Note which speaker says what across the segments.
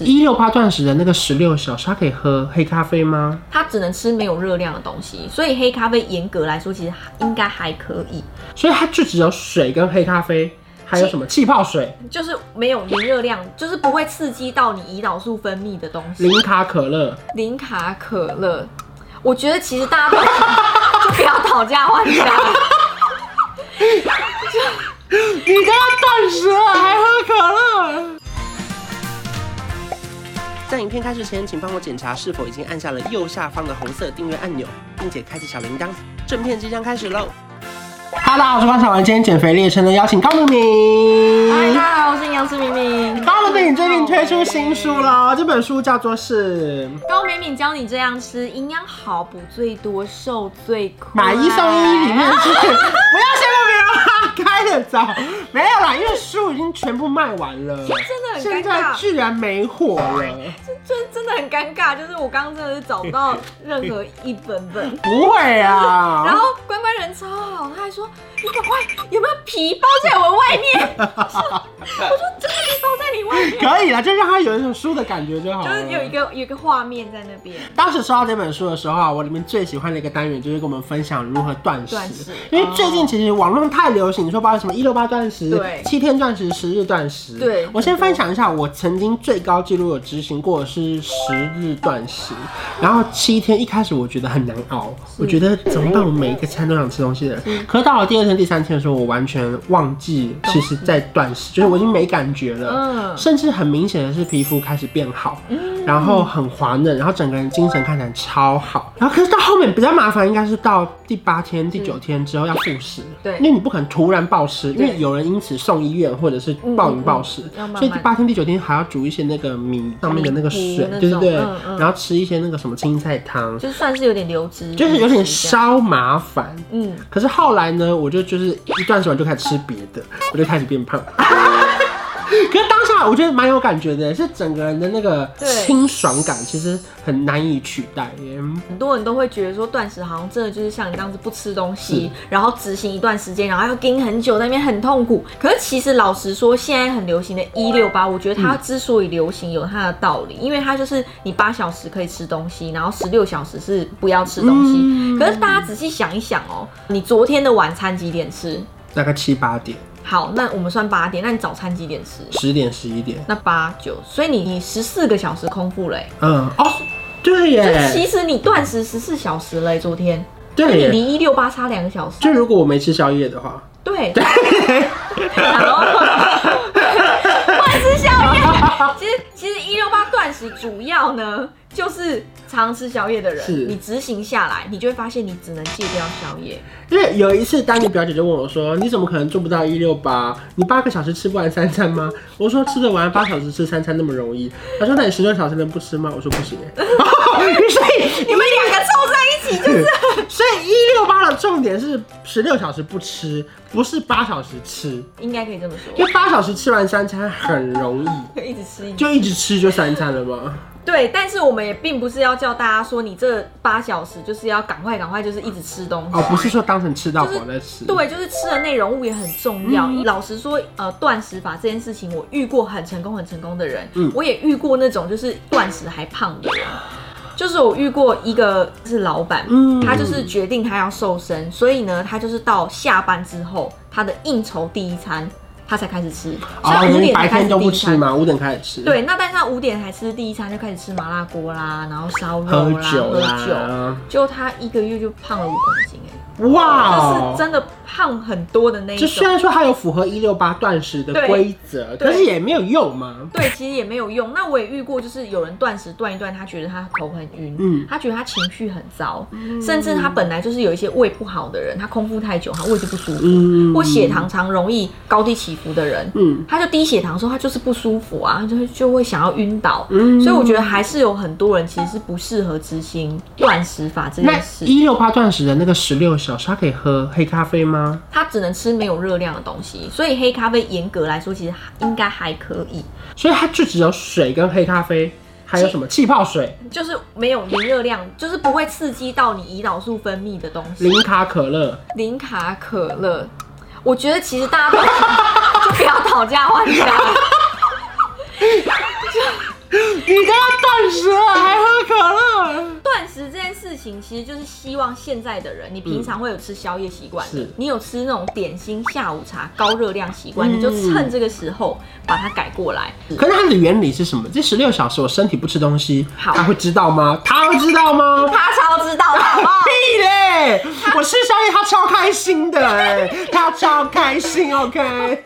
Speaker 1: 一六八断食的那个十六小时，它可以喝黑咖啡吗？
Speaker 2: 它只能吃没有热量的东西，所以黑咖啡严格来说其实还应该还可以，
Speaker 1: 所以它就只有水跟黑咖啡，还有什么气泡水、
Speaker 2: 就是没有零热量，就是不会刺激到你胰岛素分泌的东西。
Speaker 1: 零卡可乐。
Speaker 2: 零卡可乐，我觉得其实大家都 就不要讨价还 价了。
Speaker 1: 你刚刚断食了，还喝可乐？在影片开始前，请帮我检查是否已经按下了右下方的红色订阅按钮，并且开启小铃铛。正片即将开始喽！哈喽，大家好，我是方小丸。今天减肥列车呢，邀请高露
Speaker 2: 嗨，大
Speaker 1: 敏。
Speaker 2: 家好，我是营养师明明。
Speaker 1: 高露敏最近推出新书了，这本书叫做是
Speaker 2: 高敏敏教你这样吃，营养好补最多，瘦最快。
Speaker 1: 买一送一，里面是不要先让别人开的早，没有啦，因为书已经全部卖完了，
Speaker 2: 真的
Speaker 1: 现
Speaker 2: 很尴尬
Speaker 1: 在居然没货了，
Speaker 2: 真 真的很尴尬，就是我刚刚真的是找不到任何一本本。
Speaker 1: 不会啊，
Speaker 2: 然后关关人超好，他还说你赶快有没有皮包在我外面？ 我说真的皮包在你外面，
Speaker 1: 可以啊啦，就让它有一种书的感觉就好
Speaker 2: 就
Speaker 1: 了。
Speaker 2: 是有一个有一个画面在那边。
Speaker 1: 当时收到这本书的时候啊，我里面最喜欢的一个单元就是跟我们分享如何断食
Speaker 2: 断食，嗯
Speaker 1: 因为最近其实网络上太流行，说包括什么一六八断食、
Speaker 2: 对
Speaker 1: 七天断食、十日断食。
Speaker 2: 对
Speaker 1: 我先
Speaker 2: 很多
Speaker 1: 分享一下我曾经最高纪录有执行过的是十日断食，然后七天一开始我觉得很难熬，我觉得怎么办？我每一个餐都想吃东西的，可是到了第二天、第三天的时候，我完全忘记其实在断食，就是我已经没感觉了。
Speaker 2: 嗯
Speaker 1: 甚至很明显的是皮肤开始变好，然后很滑嫩，然后整个人精神看起来超好。然后可是到后面比较麻烦，应该是到第八天、第九天之后要复食，
Speaker 2: 对
Speaker 1: 因为你不可能突然暴食，因为
Speaker 2: 对
Speaker 1: 有人因此送医院或者是暴饮暴食
Speaker 2: 嗯嗯嗯要，慢慢
Speaker 1: 所以第八天、第九天还要煮一些那个米上面的那个水
Speaker 2: 米糊，那
Speaker 1: 对对
Speaker 2: 种
Speaker 1: 对
Speaker 2: 嗯，嗯
Speaker 1: 然后吃一些那个什么青菜汤，
Speaker 2: 就算是有点流汁，
Speaker 1: 就是有点
Speaker 2: 少。
Speaker 1: 稍麻烦。
Speaker 2: 嗯，
Speaker 1: 可是后来呢，我就就是一段时间我就开始吃别的，我就开始变胖。 可是当下我觉得蛮有感觉的，是整个人的那个
Speaker 2: 对
Speaker 1: 清爽感，其实很难以取代耶。
Speaker 2: 很多人都会觉得说断食好像真的就是像你这样子不吃东西，然后执行一段时间，然后要盯很久，在那边很痛苦。可是其实老实说，现在很流行的“一六八”，我觉得它之所以流行有它的道理，因为它就是你八小时可以吃东西，然后十六小时是不要吃东西。可是大家仔细想一想哦，你昨天的晚餐几点吃？
Speaker 1: 大概七八点、
Speaker 2: 好，那我们算八点，那你早餐几点吃？
Speaker 1: 十点、十一点，
Speaker 2: 那八九，所以你你十四个小时空腹嘞、
Speaker 1: 嗯，哦，对
Speaker 2: 就
Speaker 1: 耶，
Speaker 2: 其实你断食十四小时嘞、昨天。
Speaker 1: 对
Speaker 2: 你
Speaker 1: 耶。
Speaker 2: 离一六八差两个小时，啊
Speaker 1: 就如果我没吃宵夜的话，
Speaker 2: 对，然后万事宵夜。其实其实一六八断食主要呢，就是常吃宵夜的
Speaker 1: 是
Speaker 2: 人，你执行下来，你就会发现你只能戒掉宵夜。
Speaker 1: 因为有一次丹尼表姐就问我说：“你怎么可能做不到一六八？你八个小时吃不完三餐吗？”我说：“吃得完，八小时吃三餐那么容易。”她说：“那你十六小时能不吃吗？”我说：“不行。” 哎，所以
Speaker 2: 你们两个凑在一起就是
Speaker 1: 所以一六八的重点是十六小时不吃，不是八小时吃，
Speaker 2: 应该可以这么
Speaker 1: 因
Speaker 2: 说，
Speaker 1: 为八小时吃完三餐很容易，
Speaker 2: 一直吃一直
Speaker 1: 就一直吃就三餐了嘛。
Speaker 2: 对，但是我们也并不是要叫大家说你这八小时就是要赶快赶快就是一直吃东西
Speaker 1: 哦，。不是说当成吃到
Speaker 2: 就是
Speaker 1: 饱再吃，，
Speaker 2: 对，就是吃的内容物也很重要。
Speaker 1: 嗯
Speaker 2: 老实说，呃，断食法这件事情，我遇过很成功、很成功的人，
Speaker 1: 嗯
Speaker 2: 我也遇过那种就是断食还胖的人。就是我遇过一个是老板，
Speaker 1: 嗯
Speaker 2: 他就是决定他要瘦身，所以呢，他就是到下班之后，他的应酬第一餐他才开始吃，所以
Speaker 1: 哦，
Speaker 2: 他五
Speaker 1: 你
Speaker 2: 点才
Speaker 1: 白
Speaker 2: 开始
Speaker 1: 天
Speaker 2: 第
Speaker 1: 都不
Speaker 2: 一
Speaker 1: 吃
Speaker 2: 餐。
Speaker 1: 嘛，五点开始吃，，
Speaker 2: 对，那但是他五点才吃第一餐，就开始吃麻辣锅啦，然后烧
Speaker 1: 喝
Speaker 2: 肉啦，
Speaker 1: 酒
Speaker 2: 喝酒，
Speaker 1: 啦，
Speaker 2: 就他一个月就胖了五公斤、哎。
Speaker 1: 哇哦
Speaker 2: 就是，真的胖很多的那一
Speaker 1: 就虽
Speaker 2: 种。
Speaker 1: 然说它有符合一六八断食的
Speaker 2: 对
Speaker 1: 规则，
Speaker 2: 对
Speaker 1: 可是也没有用嘛。
Speaker 2: 对，其实也没有用。那我也遇过，就是有人断食断一断，他觉得他头很晕，
Speaker 1: 嗯
Speaker 2: 他觉得他情绪很糟，甚至他本来就是有一些胃不好的人，他空腹太久，他胃就不舒服，
Speaker 1: 嗯
Speaker 2: 或血糖常容易高低起伏的人，
Speaker 1: 嗯
Speaker 2: 他就低血糖的时候，他就是不舒服啊，他就会就会想要晕倒。
Speaker 1: 嗯
Speaker 2: 所以我觉得还是有很多人其实是不适合执行断食法这
Speaker 1: 那
Speaker 2: 件事，
Speaker 1: 一六八断食的那个十六小时，它可以喝黑咖啡吗？
Speaker 2: 他只能吃没有热量的东西，所以黑咖啡严格来说其实还应该还可以。
Speaker 1: 所以它就只有水跟黑咖啡，还有什么气泡水、
Speaker 2: 就是没有零热量，就是不会刺激到你胰岛素分泌的东西。
Speaker 1: 零卡可乐。
Speaker 2: 零卡可乐，我觉得其实大家 都就不要讨价还价了。
Speaker 1: 你刚刚断食了，还喝可乐？
Speaker 2: 断食这件事情，其实就是希望现在的人，你平常会有吃宵夜习惯
Speaker 1: 嗯
Speaker 2: 的
Speaker 1: 是，
Speaker 2: 你有吃那种点心、下午茶、高热量习惯，
Speaker 1: 嗯
Speaker 2: 你就趁这个时候把它改过来。
Speaker 1: 可是它的原理是什么？这十六小时我身体不吃东西，
Speaker 2: 好
Speaker 1: 它会知道吗？它会知道吗？
Speaker 2: 他超知道的，好不好？
Speaker 1: 屁嘞！我吃宵夜，它超开心的、欸，它超开心。OK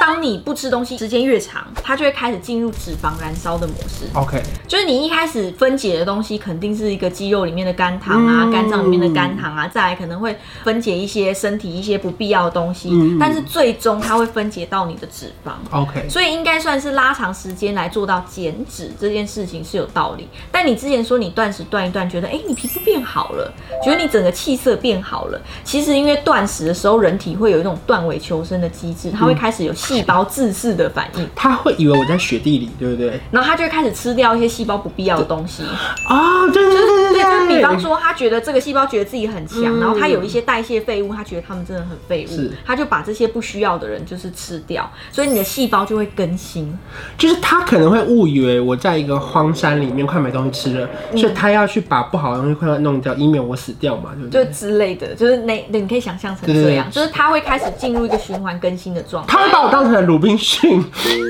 Speaker 2: 当你不吃东西时间越长，它就会开始进入脂肪燃烧的模式。
Speaker 1: OK，
Speaker 2: 就是你一开始分解的东西，肯定是一个肌肉里面的肝糖啊，肝脏里面的肝糖啊，再来可能会分解一些身体一些不必要的东西，
Speaker 1: 嗯
Speaker 2: 但是最终它会分解到你的脂肪。
Speaker 1: OK，
Speaker 2: 所以应该算是拉长时间来做到减脂这件事情是有道理。但你之前说你断食断一断，觉得哎、诶你皮肤变好了，觉得你整个气色变好了，其实因为断食的时候，人体会有一种断尾求生的机制，它会开始有细胞自噬的反应，
Speaker 1: 它会以为我在雪地里，对不对？
Speaker 2: 然后它就会开始吃掉一些细胞不必要的东西。
Speaker 1: 哦，对对对
Speaker 2: 对，就是
Speaker 1: 对
Speaker 2: 比方，说，他觉得这个细胞觉得自己很强，
Speaker 1: 嗯
Speaker 2: 然后他有一些代谢废物，他觉得他们真的很废物
Speaker 1: 是，
Speaker 2: 他就把这些不需要的人就是吃掉，所以你的细胞就会更新。
Speaker 1: 就是它可能会误以为我在一个荒山里面快没东西吃了，
Speaker 2: 嗯
Speaker 1: 所以它要去把不好的东西快要弄掉，以免我死掉嘛，对不
Speaker 2: 就
Speaker 1: 对？
Speaker 2: 之类的，就是那那你可以想象成
Speaker 1: 对对
Speaker 2: 这
Speaker 1: 对
Speaker 2: 样，就是它会开始进入一个循环更新的状态。
Speaker 1: 他会把我当成鲁滨逊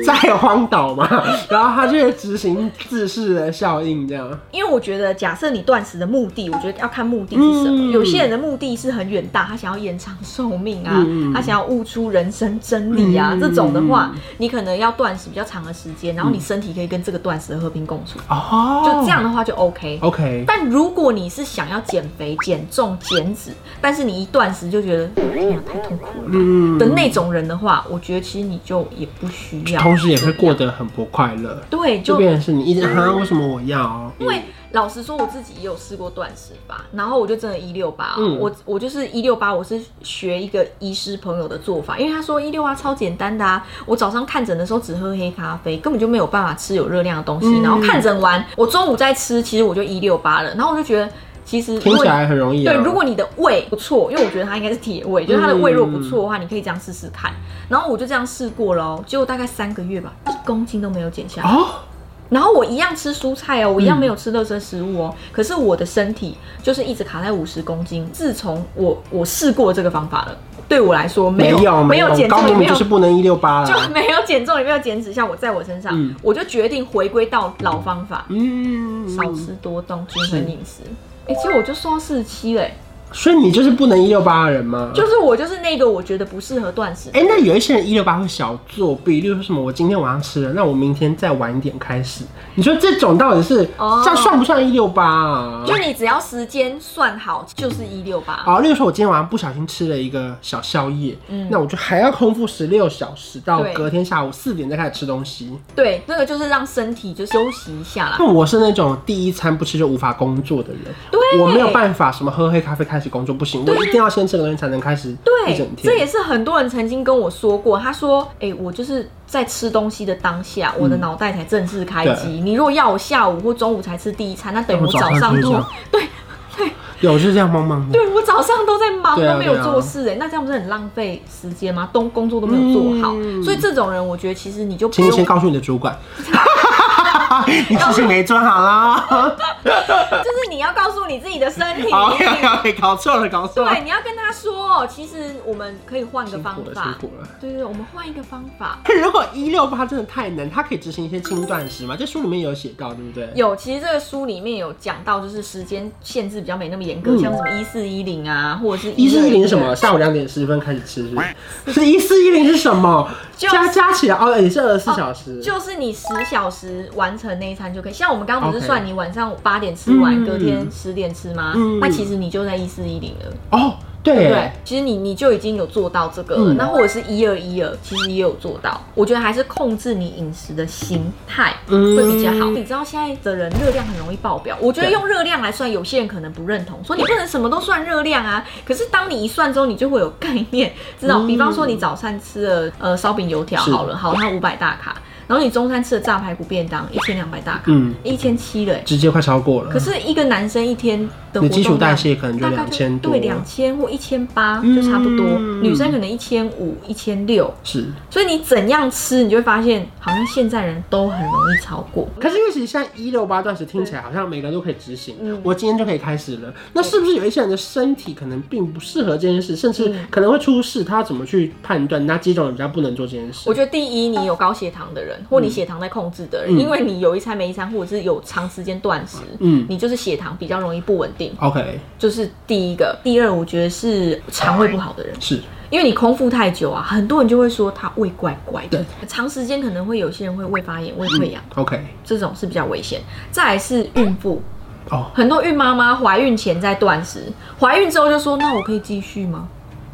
Speaker 1: 在荒岛嘛， 然后他就会执行自噬的效应，这样。
Speaker 2: 因为我觉得，假设你断食的目的，我觉得要看目的是什么。
Speaker 1: 嗯
Speaker 2: 有些人的目的是很远大，他想要延长寿命啊，
Speaker 1: 嗯
Speaker 2: 他想要悟出人生真理啊，
Speaker 1: 嗯
Speaker 2: 这种的话，你可能要断食比较长的时间，然后你身体可以跟这个断食和平共处，
Speaker 1: 哦，
Speaker 2: 就这样的话就 OK。
Speaker 1: OK，
Speaker 2: 但如果你是想要减肥、减重、减脂，但是你一断食就觉得天啊太痛苦了吧
Speaker 1: 嗯
Speaker 2: 的那种人的话，我觉得其实你就也不需要。
Speaker 1: 同时也会过得很不快乐。
Speaker 2: 对，
Speaker 1: 就
Speaker 2: 就嗯
Speaker 1: 变成是你一直哈，为什么我要？
Speaker 2: 因为老实说，我自己也有试过断食法，然后我就真的一六八，
Speaker 1: 嗯
Speaker 2: 我我就是一六八，我是学一个医师朋友的做法，因为他说一六八超简单的啊，我早上看诊的时候只喝黑咖啡，根本就没有办法吃有热量的东西，
Speaker 1: 嗯
Speaker 2: 然后看诊完，我中午再吃，其实我就一六八了，然后我就觉得。其实如
Speaker 1: 听
Speaker 2: 果
Speaker 1: 起
Speaker 2: 你
Speaker 1: 来很容易、啊。
Speaker 2: 对，如果你的胃不错，因为我觉得它应该是铁胃，就是它的
Speaker 1: 嗯
Speaker 2: 胃如果不错的话，你可以这样试试看。然后我就这样试过喽，结果大概三个月吧，一公斤都没有减下来。
Speaker 1: 哦，
Speaker 2: 然后我一样吃蔬菜哦，我一样没有吃垃圾食物哦，
Speaker 1: 嗯
Speaker 2: 可是我的身体就是一直卡在五十公斤。自从我我试过这个方法了，对我来说没
Speaker 1: 没有
Speaker 2: 有没有减
Speaker 1: 高
Speaker 2: 重，也
Speaker 1: 明
Speaker 2: 没
Speaker 1: 就
Speaker 2: 有
Speaker 1: 是不能一六八
Speaker 2: 就
Speaker 1: 了。
Speaker 2: 没有减重，也没有减脂效果在我身上，
Speaker 1: 嗯
Speaker 2: 我就决定回归到老方法，
Speaker 1: 嗯，
Speaker 2: 少吃多动，均衡饮食。哎、其实我就瘦到四十七嘞。
Speaker 1: 所以你就是不能一六八的人吗？
Speaker 2: 就是我就是那个我觉得不适合断食，
Speaker 1: 哎、那有一些人一六八会小作弊，例如说什么我今天晚上吃了，那我明天再晚一点开始。你说这种到底是
Speaker 2: 哦
Speaker 1: 这样算不算一六八啊？
Speaker 2: 就你只要时间算好，就是一六八。
Speaker 1: 好，例如说我今天晚上不小心吃了一个小宵夜，
Speaker 2: 嗯
Speaker 1: 那我就还要空腹十六小时，到
Speaker 2: 对
Speaker 1: 隔天下午四点再开始吃东西。
Speaker 2: 对，那个就是让身体就休息一下啦。
Speaker 1: 那我是那种第一餐不吃就无法工作的人，
Speaker 2: 对
Speaker 1: 我没有办法什么喝黑咖啡开始工作不行，我一定要先吃个东西才能开始一
Speaker 2: 对
Speaker 1: 整，天。
Speaker 2: 这也是很多人曾经跟我说过，他说：“哎、我就是在吃东西的当下，我的
Speaker 1: 嗯
Speaker 2: 脑袋才正式开机。你如果要我下午或中午才吃第一餐，那等于我
Speaker 1: 那我
Speaker 2: 早
Speaker 1: 早上
Speaker 2: 上
Speaker 1: 就
Speaker 2: 都
Speaker 1: 这样
Speaker 2: 对
Speaker 1: 有就是这样茫茫的。
Speaker 2: 对，我早上都在忙，
Speaker 1: 对啊
Speaker 2: 都没有
Speaker 1: 对啊
Speaker 2: 做事哎、那这样不是很浪费时间吗？都工作都没有做好，
Speaker 1: 嗯
Speaker 2: 所以这种人，我觉得其实你就不
Speaker 1: 请你
Speaker 2: 用
Speaker 1: 先告诉你的主 管，你事情没做好 啦。
Speaker 2: 就是你要告诉你自己的身体，
Speaker 1: 好，OK OK，搞错了，搞错了
Speaker 2: 对，。你要跟他说，其实我们可以换个
Speaker 1: 辛
Speaker 2: 方
Speaker 1: 苦了，辛
Speaker 2: 法。
Speaker 1: 苦了。
Speaker 2: 对对，我们换一个方法。
Speaker 1: 如果一六八真的太难，它可以执行一些轻断食嘛？这书里面有写到，对不对？
Speaker 2: 有，其实这个书里面有讲到，就是时间限制比较没那么严格，
Speaker 1: 嗯
Speaker 2: 像什么一四一零啊，或者是
Speaker 1: 一四一零是什么？
Speaker 2: 1212？
Speaker 1: 下午两点十分开始吃是不是？是一四一零是什么？
Speaker 2: 就
Speaker 1: 加加起来哦，也是二十四小时。
Speaker 2: 就是你十小时完成那一餐就可以。像我们刚刚不是
Speaker 1: OK
Speaker 2: 算你晚上八点吃完，
Speaker 1: 嗯
Speaker 2: 隔天十点吃吗？
Speaker 1: 嗯
Speaker 2: 那其实你就在一四一零了，
Speaker 1: 哦，
Speaker 2: 对
Speaker 1: 对
Speaker 2: 不对，？其实你你就已经有做到这个了。
Speaker 1: 嗯
Speaker 2: 那或者是一二一二，其实也有做到。我觉得还是控制你饮食的形态。
Speaker 1: 嗯
Speaker 2: 会比较好。你知道现在的人热量很容易爆表，我觉得用热量来算，有些人可能不认同，说你不能什么都算热量啊。可是当你一算之后，你就会有概念，知道。
Speaker 1: 嗯
Speaker 2: 比方说你早餐吃了呃烧饼油条
Speaker 1: 是
Speaker 2: 好了，好它五百大卡，然后你中餐吃了炸排骨便当一千两百大卡，
Speaker 1: 嗯，
Speaker 2: 一千七了欸。
Speaker 1: 直接快超过了。
Speaker 2: 可是一个男生一天的
Speaker 1: 你
Speaker 2: 活
Speaker 1: 基础
Speaker 2: 动
Speaker 1: 代
Speaker 2: 量
Speaker 1: 谢可能就
Speaker 2: 大概
Speaker 1: 两千多，
Speaker 2: 对，两千或一千八就差不多，
Speaker 1: 嗯
Speaker 2: 女生可能一千五、一千六，
Speaker 1: 是。
Speaker 2: 所以你怎样吃，你就会发现，好像现在人都很容易超过。
Speaker 1: 可是因为其实现在一六八断食听起来好像每个人都可以执行，
Speaker 2: 嗯
Speaker 1: 我今天就可以开始了。那是不是有一些人的身体可能并不适合这件事，
Speaker 2: 嗯
Speaker 1: 甚至可能会出事？他怎么去判断哪几种人比较不能做这件事
Speaker 2: 我？觉得第一，你有高血糖的人，或你血糖在控制的人，
Speaker 1: 嗯
Speaker 2: 因为你有一餐没一餐，或者是有长时间断食，
Speaker 1: 嗯
Speaker 2: 你就是血糖比较容易不稳定，
Speaker 1: ，OK，
Speaker 2: 这是第一个。第二，我觉得是肠胃不好的人，
Speaker 1: 是
Speaker 2: 因为你空腹太久啊，很多人就会说他胃怪怪的
Speaker 1: 对，
Speaker 2: 长时间可能会有些人会胃发炎、胃溃疡，
Speaker 1: OK，
Speaker 2: 这种是比较危险。再来是孕妇，
Speaker 1: 哦，
Speaker 2: 很多孕妈妈怀孕前在断食，怀孕之后就说那我可以继续吗？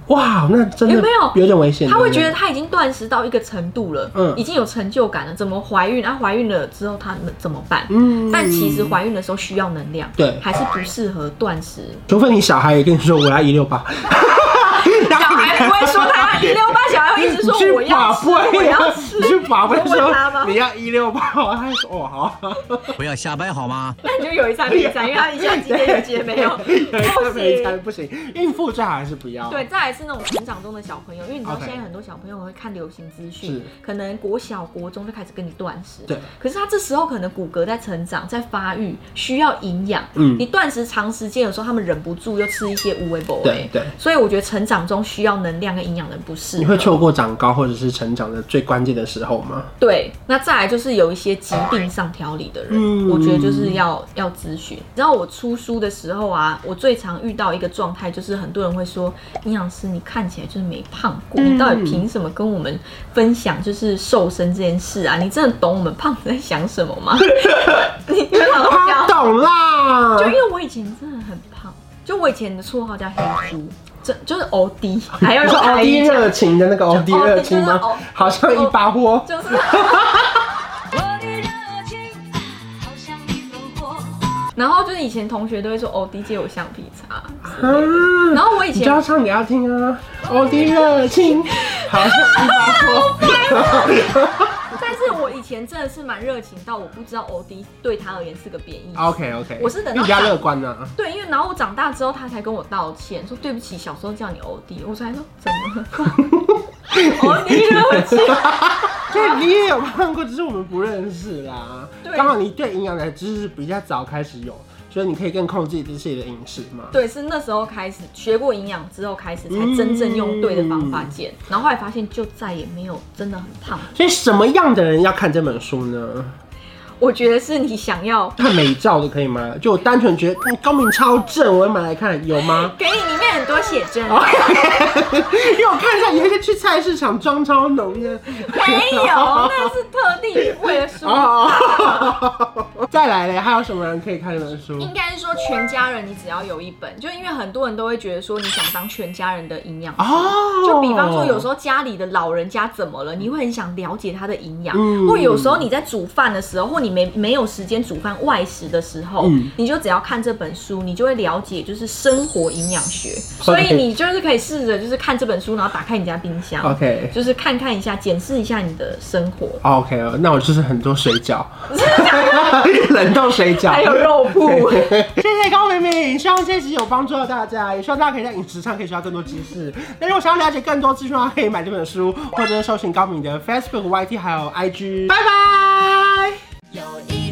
Speaker 1: 哇，那真的
Speaker 2: 有没有
Speaker 1: 有点危险？
Speaker 2: 她会觉
Speaker 1: 对
Speaker 2: 得
Speaker 1: 不
Speaker 2: 她已经断食到一个程度了，
Speaker 1: 嗯
Speaker 2: 已经有成就感了，怎么怀孕？啊，怀孕了之后她们怎么办？
Speaker 1: 对嗯
Speaker 2: 但其实怀孕的时候需要能量，
Speaker 1: 对
Speaker 2: 还是不适合断 食。
Speaker 1: 除非你小孩也跟你说我要一六八，
Speaker 2: 小孩不会说他要一六八，小孩会一直
Speaker 1: 你
Speaker 2: 说
Speaker 1: 去
Speaker 2: 我要
Speaker 1: 把
Speaker 2: 吃，
Speaker 1: 杯啊，
Speaker 2: 我要吃
Speaker 1: 你。去把杯
Speaker 2: 你会问他吗
Speaker 1: 说你要一六八，他就说哦好，
Speaker 3: 不要瞎掰好吗？
Speaker 2: 但你就有一餐没一餐，因为他一下几天就接没 有，哦
Speaker 1: 对，没才
Speaker 2: 不行。
Speaker 1: 不行，孕妇最好还是不要。
Speaker 2: 对，再来是那种成长中的小朋友，因为你知道
Speaker 1: OK
Speaker 2: 现在很多小朋友会看流行资
Speaker 1: 是
Speaker 2: 讯，可能国小、国中就开始跟你断食。
Speaker 1: 对。
Speaker 2: 可是他这时候可能骨骼在成长、在发育，需要营养。
Speaker 1: 嗯
Speaker 2: 你断食长时间，有时候他们忍不住又吃一些无为不
Speaker 1: 对
Speaker 2: 为。
Speaker 1: 对。
Speaker 2: 所以我觉得成长中需要能量跟营养的不适合。
Speaker 1: 你会错过长高或者是成长的最关键的时候吗？
Speaker 2: 对，那再来就是有一些疾病上调理的人，
Speaker 1: 嗯
Speaker 2: 我觉得就是要要咨询。然后我出书的时候啊，我最常遇到一个状态，就是很多人会说，营养师你看起来就是没胖过，
Speaker 1: 嗯
Speaker 2: 你到底凭什么跟我们分享就是瘦身这件事啊？你真的懂我们胖子在想什么 吗？你你们好
Speaker 1: 他
Speaker 2: 笑，
Speaker 1: 懂啦
Speaker 2: 就，因为我以前真的很胖，就我以前的绰号叫黑猪，这就是 O D，还要
Speaker 1: 不是
Speaker 2: 用
Speaker 1: 奥
Speaker 2: 台
Speaker 1: 迪
Speaker 2: 语讲
Speaker 1: 哦热情的那个奥迪热情
Speaker 2: 哦
Speaker 1: 吗
Speaker 2: 对就是哦？
Speaker 1: 好像一把火。
Speaker 2: 就是。
Speaker 4: 我的热情好像一盆火，
Speaker 2: 然后就是以前同学都会说哦，迪姐有橡皮擦。
Speaker 1: 啊
Speaker 2: 然后我 以
Speaker 1: 你就要
Speaker 2: 前
Speaker 1: 唱给他听啊！奥迪热情，好像一把火。
Speaker 2: 但是我以前真的是蛮热情到我不知道欧迪对他而言是个贬义。
Speaker 1: 啊 OK OK，
Speaker 2: 我是等到
Speaker 1: 比较乐观呢、啊。
Speaker 2: 对，因为然后我长大之后，他才跟我道歉，说对不起，小时候叫你欧迪，我才说怎么 哦了？欧迪热情，
Speaker 1: 对，你也有看过，只是我们不认识啦。
Speaker 2: 对
Speaker 1: 刚好你对营养的知识比较早开始有，所以你可以更控制自己的饮食嘛。
Speaker 2: 对，是那时候开始学过营养之后开始才真正用对的方
Speaker 1: 嗯
Speaker 2: 法减，然后后来发现就再也没有真的很胖。
Speaker 1: 所以什么样的人要看这本书呢？
Speaker 2: 我觉得是你想要
Speaker 1: 看美照的可以吗？就我单纯觉得嗯高敏超正，我要买来看，有 吗？
Speaker 2: 给你里面很多写 真，
Speaker 1: 哦因为我看一下有一些去菜市场装超浓的，
Speaker 2: 没有，那是特地为了书
Speaker 1: 哦， 再来嘞，还有什么人可以看这本书？
Speaker 2: 应该是说全家人，你只要有一本，就因为很多人都会觉得说你想当全家人的营养。
Speaker 1: 哦，
Speaker 2: 就比方说，有时候家里的老人家怎么了，你会很想了解他的营养，
Speaker 1: 嗯
Speaker 2: 或有时候你在煮饭的时候，或你没没有时间煮饭外食的时候，
Speaker 1: 嗯
Speaker 2: 你就只要看这本书，你就会了解就是生活营养学，所以你就是可以试着就是看这本书，然后打开你家冰箱
Speaker 1: OK
Speaker 2: 就是看看一下，检视一下你的生活，
Speaker 1: 哦 OK，那我就是很多水 饺， 冷冻水饺，
Speaker 2: 还有肉 铺。
Speaker 1: 谢谢高明明，希望这集有帮助到大家，也希望大家可以在饮食上可以学到更多知识。那如果想要了解更多资讯的话，可以买这本书，或者是搜寻高明的 Facebook、YT 还有 IG。拜拜。
Speaker 4: 有一